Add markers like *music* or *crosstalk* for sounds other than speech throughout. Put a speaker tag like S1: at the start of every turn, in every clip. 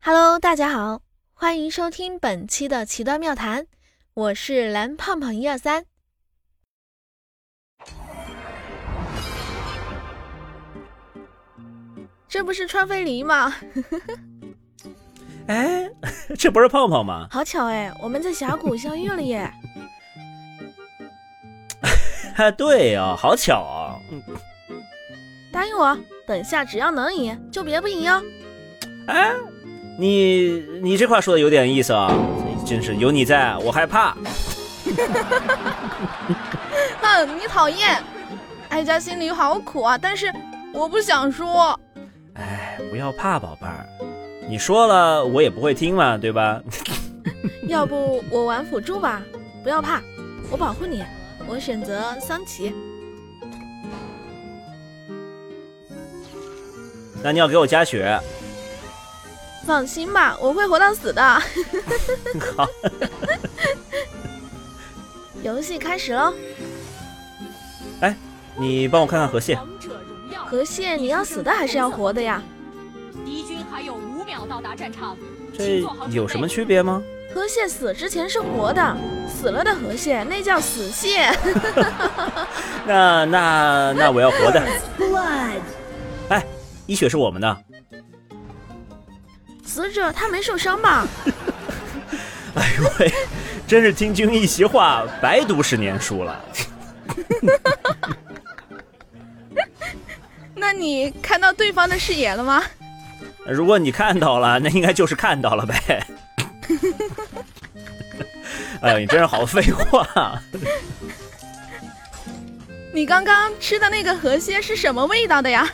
S1: Hello，大家好，欢迎收听本期的奇端妙谈，我是蓝胖胖一二三。这不是川飞离吗？
S2: 哎， *laughs* 这不是胖胖吗？
S1: 好巧哎，我们在峡谷相遇了耶！ *laughs*
S2: 啊，对哦，好巧哦。
S1: 答应我，等下只要能赢就别不赢哟。
S2: 哎，你你这话说的有点意思啊，真是有你在我害怕。
S1: 哼，你讨厌！哀家心里好苦啊，但是我不想说。
S2: 哎，不要怕，宝贝儿，你说了我也不会听嘛，对吧？ *laughs*
S1: 要不我玩辅助吧？不要怕，我保护你。我选择桑奇。
S2: 那你要给我加血。
S1: 放心吧，我会活到死的。
S2: 好，
S1: *laughs* 游戏开始喽！
S2: 你帮我看看河蟹。
S3: 王者荣耀
S1: 河蟹，你要死的还是要活的呀？
S3: 敌军还有五秒到达战场，
S2: 这有什么区别吗？
S1: 河蟹死之前是活的，死了的河蟹那叫死蟹。 *laughs*
S2: 那那那我要活的，
S3: ？Blood，
S2: 一血是我们的。
S1: 死者他没受伤吧？
S2: 哎呦喂，真是听君一席话，白读十年书了。
S1: 那你看到对方的视野了吗？
S2: 如果你看到了，那应该就是看到了 *laughs* 呗。哎呦，你真是好废话！啊
S1: 你刚刚吃的那个河蟹是什么味道的呀？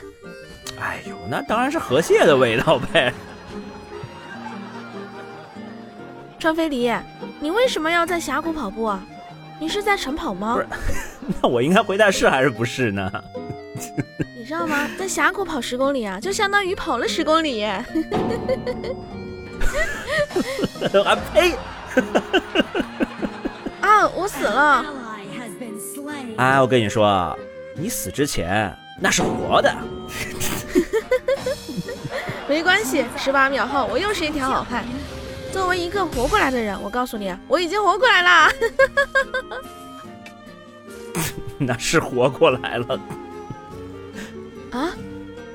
S2: 哎呦，那当然是河蟹的味道呗。 *laughs*
S1: 川飞离，你为什么要在峡谷跑步啊？你是在晨跑吗
S2: 不？是那我应该回答是还是不是呢？ *laughs*
S1: 你知道吗？在峡谷跑十公里啊，就相当于跑了十公里耶。
S2: 啊呸！
S1: 啊，我死了。
S2: 哎，我跟你说，你死之前那是活的。 *laughs*
S1: 没关系，十八秒后我又是一条好汉。作为一个活过来的人，我告诉你，我已经活过来啦。
S2: 那是活过来了。
S1: *laughs* 啊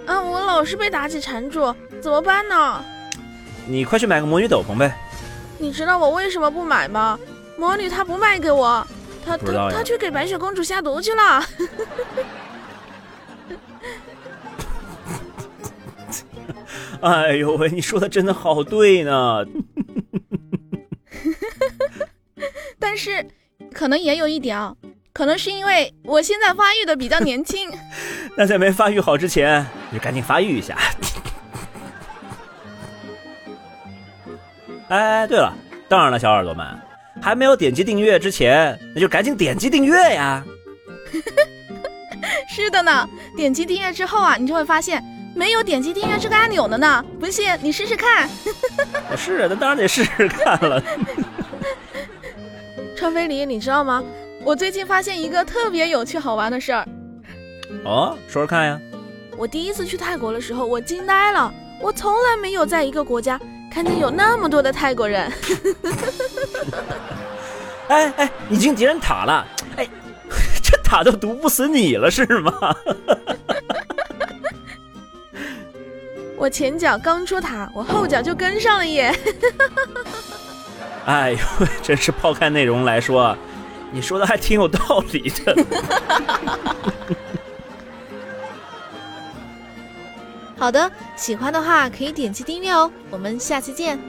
S1: 啊！我老是被妲己缠住，怎么办呢？
S2: 你快去买个魔女斗篷呗。
S1: 你知道我为什么不买吗？魔女她不卖给我，她
S2: 不知道
S1: 她
S2: 呀
S1: 她去给白雪公主下毒去了。 *laughs*
S2: 哎呦喂，你说的真的好对呢。
S1: 但是，可能也有一点啊，可能是因为我现在发育的比较年轻。 *laughs*
S2: *laughs* 那在没发育好之前，你就赶紧发育一下。 *laughs* 哎，对了，当然了，小耳朵们，还没有点击订阅之前，那就赶紧点击订阅呀！
S1: 是的呢，点击订阅之后啊，你就会发现没有点击订阅这个按钮的呢。不信你试试看。
S2: 是，那当然得试试看了。
S1: 川飞离，你知道吗？我最近发现一个特别有趣好玩的事儿。
S2: 哦，说说看呀。
S1: 我第一次去泰国的时候，我惊呆了，我从来没有在一个国家看见有那么多的泰国人。
S2: 哎哎，你进敌人塔了，哎， *laughs* 这塔都毒不死你了是吗？
S1: 我前脚刚出塔，我后脚就跟上了耶。
S2: 哎呦，真是抛开内容来说，啊你说的还挺有道理的。
S1: 好的，喜欢的话可以点击订阅哦，我们下期见。